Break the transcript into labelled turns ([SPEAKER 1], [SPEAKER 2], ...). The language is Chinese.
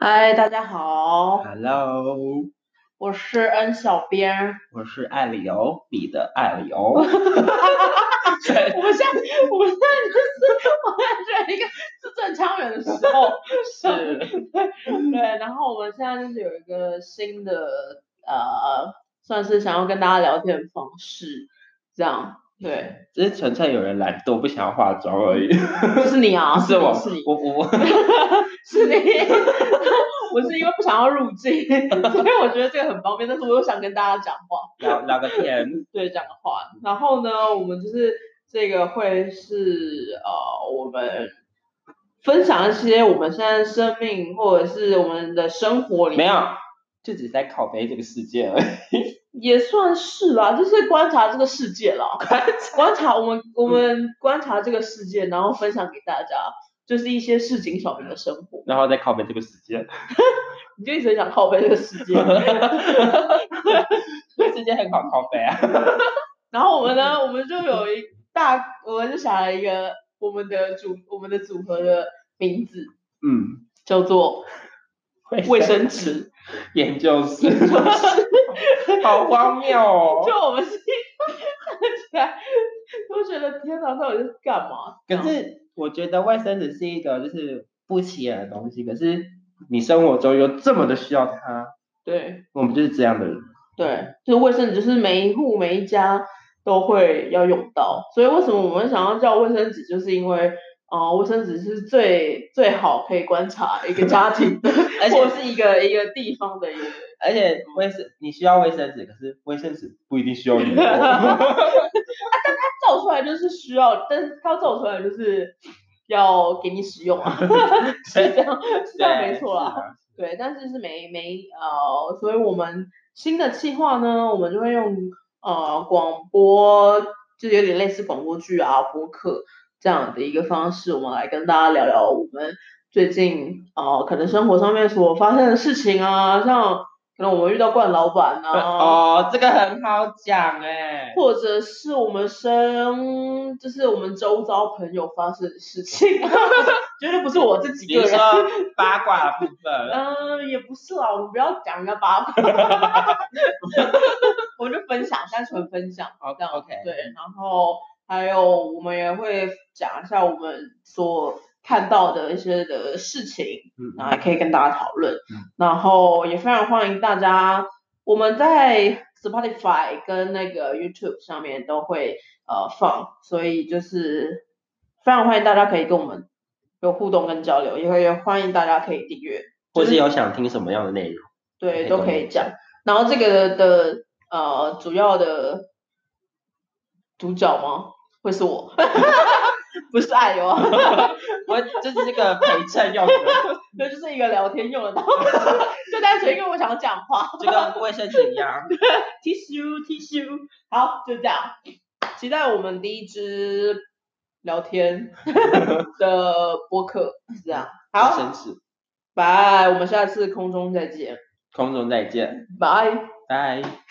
[SPEAKER 1] 嗨，大家好，
[SPEAKER 2] Hello，
[SPEAKER 1] 我是 N 小编。
[SPEAKER 2] 我是爱理由，你的爱理由。对
[SPEAKER 1] 我们现在，我们现在就是， 我们在一个字正腔圆的时候，
[SPEAKER 2] 是，
[SPEAKER 1] 对。然后我们现在就是有一个新的呃，算是想要跟大家聊天的方式，这样对，
[SPEAKER 2] 只是纯粹有人懒惰，不想要化妆而已。
[SPEAKER 1] 是你啊，
[SPEAKER 2] 是
[SPEAKER 1] 你
[SPEAKER 2] 我
[SPEAKER 1] 是你，，
[SPEAKER 2] 我我我，
[SPEAKER 1] 是你。 我是因为不想要入镜，所以我觉得这个很方便，但是我又想跟大家讲话。
[SPEAKER 2] 聊聊个天。
[SPEAKER 1] 对讲话。然后呢，我们就是这个会是呃，我们分享一些我们现在生命或者是我们的生活里
[SPEAKER 2] 没
[SPEAKER 1] 面
[SPEAKER 2] 有，就只是在靠背这个世界而已。
[SPEAKER 1] 也算是啦，就是观察这个世界 啦，观察我们我们观察这个世界，然后分享给大家。就是一些市井小民的生活，
[SPEAKER 2] 然后再靠背这个世界，
[SPEAKER 1] 你就一直很想靠背这个世界。
[SPEAKER 2] 这个世界很好靠背啊。
[SPEAKER 1] 然后我们 呢，我们就有一大，我们就想了一个我们的组我们的组合的名字
[SPEAKER 2] 嗯，
[SPEAKER 1] 叫做卫生纸，
[SPEAKER 2] 研究室， 好荒谬
[SPEAKER 1] 就
[SPEAKER 2] 哦。
[SPEAKER 1] 我们心看起来都觉得天哪，到底是干嘛？
[SPEAKER 2] 可是我觉得卫生纸是一个就是不起眼的东西，可是你生活中又这么的需要它，
[SPEAKER 1] 对
[SPEAKER 2] 我们就是这样的人。
[SPEAKER 1] 对，就是卫生纸，就是每一户每一家都会要用到，所以为什么我们想要叫卫生纸，就是因为。啊、卫生纸是最最好可以观察一个家 庭的，
[SPEAKER 2] 而且
[SPEAKER 1] 或者是一个一个地方的一个，
[SPEAKER 2] 而且卫生你需要卫生纸，可是卫生纸不一定需要你 哦。
[SPEAKER 1] 它造出来就是需要，但是它造出来就是要给你使用 啊， 是这样，是这样没错啦。
[SPEAKER 2] 啊。
[SPEAKER 1] 对，但是是没没呃，所以我们新的计划呢，我们就会用呃广播，就有点类似广播剧啊、播客这样的一个方式，我们来跟大家聊聊我们最近呃可能生活上面所发生的事情啊，像可能我们遇到惯老板啊，
[SPEAKER 2] 哦，这个很好讲哎、
[SPEAKER 1] 或者是我们身就是我们周遭朋友发生的事情啊， 绝对不是我自己
[SPEAKER 2] 比
[SPEAKER 1] 个
[SPEAKER 2] 如
[SPEAKER 1] 人
[SPEAKER 2] 说。八卦的部分，
[SPEAKER 1] 嗯，也不是啦，我们不要讲人家八卦， 我们就分享，单纯分享。
[SPEAKER 2] 好
[SPEAKER 1] 这样
[SPEAKER 2] OK
[SPEAKER 1] 对，然后还有我们也会讲一下我们所看到的一些的事情，然后也可以跟大家讨论。
[SPEAKER 2] 嗯
[SPEAKER 1] 然后也非常欢迎大家，我们在 Spotify 跟那个 YouTube 上面都会呃放，所以就是非常欢迎大家可以跟我们有互动跟交流，也会欢迎大家可以订阅。
[SPEAKER 2] 或是有想听什么样的内容？
[SPEAKER 1] 对，
[SPEAKER 2] 可以
[SPEAKER 1] 都
[SPEAKER 2] 跟
[SPEAKER 1] 可
[SPEAKER 2] 我
[SPEAKER 1] 以
[SPEAKER 2] 们
[SPEAKER 1] 讲。然后这个的呃主要的主角吗？会是我， 不是爱啊 哟，
[SPEAKER 2] 我这是这个陪衬用的，
[SPEAKER 1] 这就是一个聊天用的东西， 就单纯因为我想讲话。
[SPEAKER 2] 就跟卫生纸一 样。
[SPEAKER 1] T 恤 T 恤，好，就这样。期待我们第一支聊天的播客是这样。
[SPEAKER 2] 卫生
[SPEAKER 1] 好，
[SPEAKER 2] 纸，
[SPEAKER 1] 拜，我们下次空中再见，
[SPEAKER 2] 空中再见，
[SPEAKER 1] 拜。
[SPEAKER 2] 拜。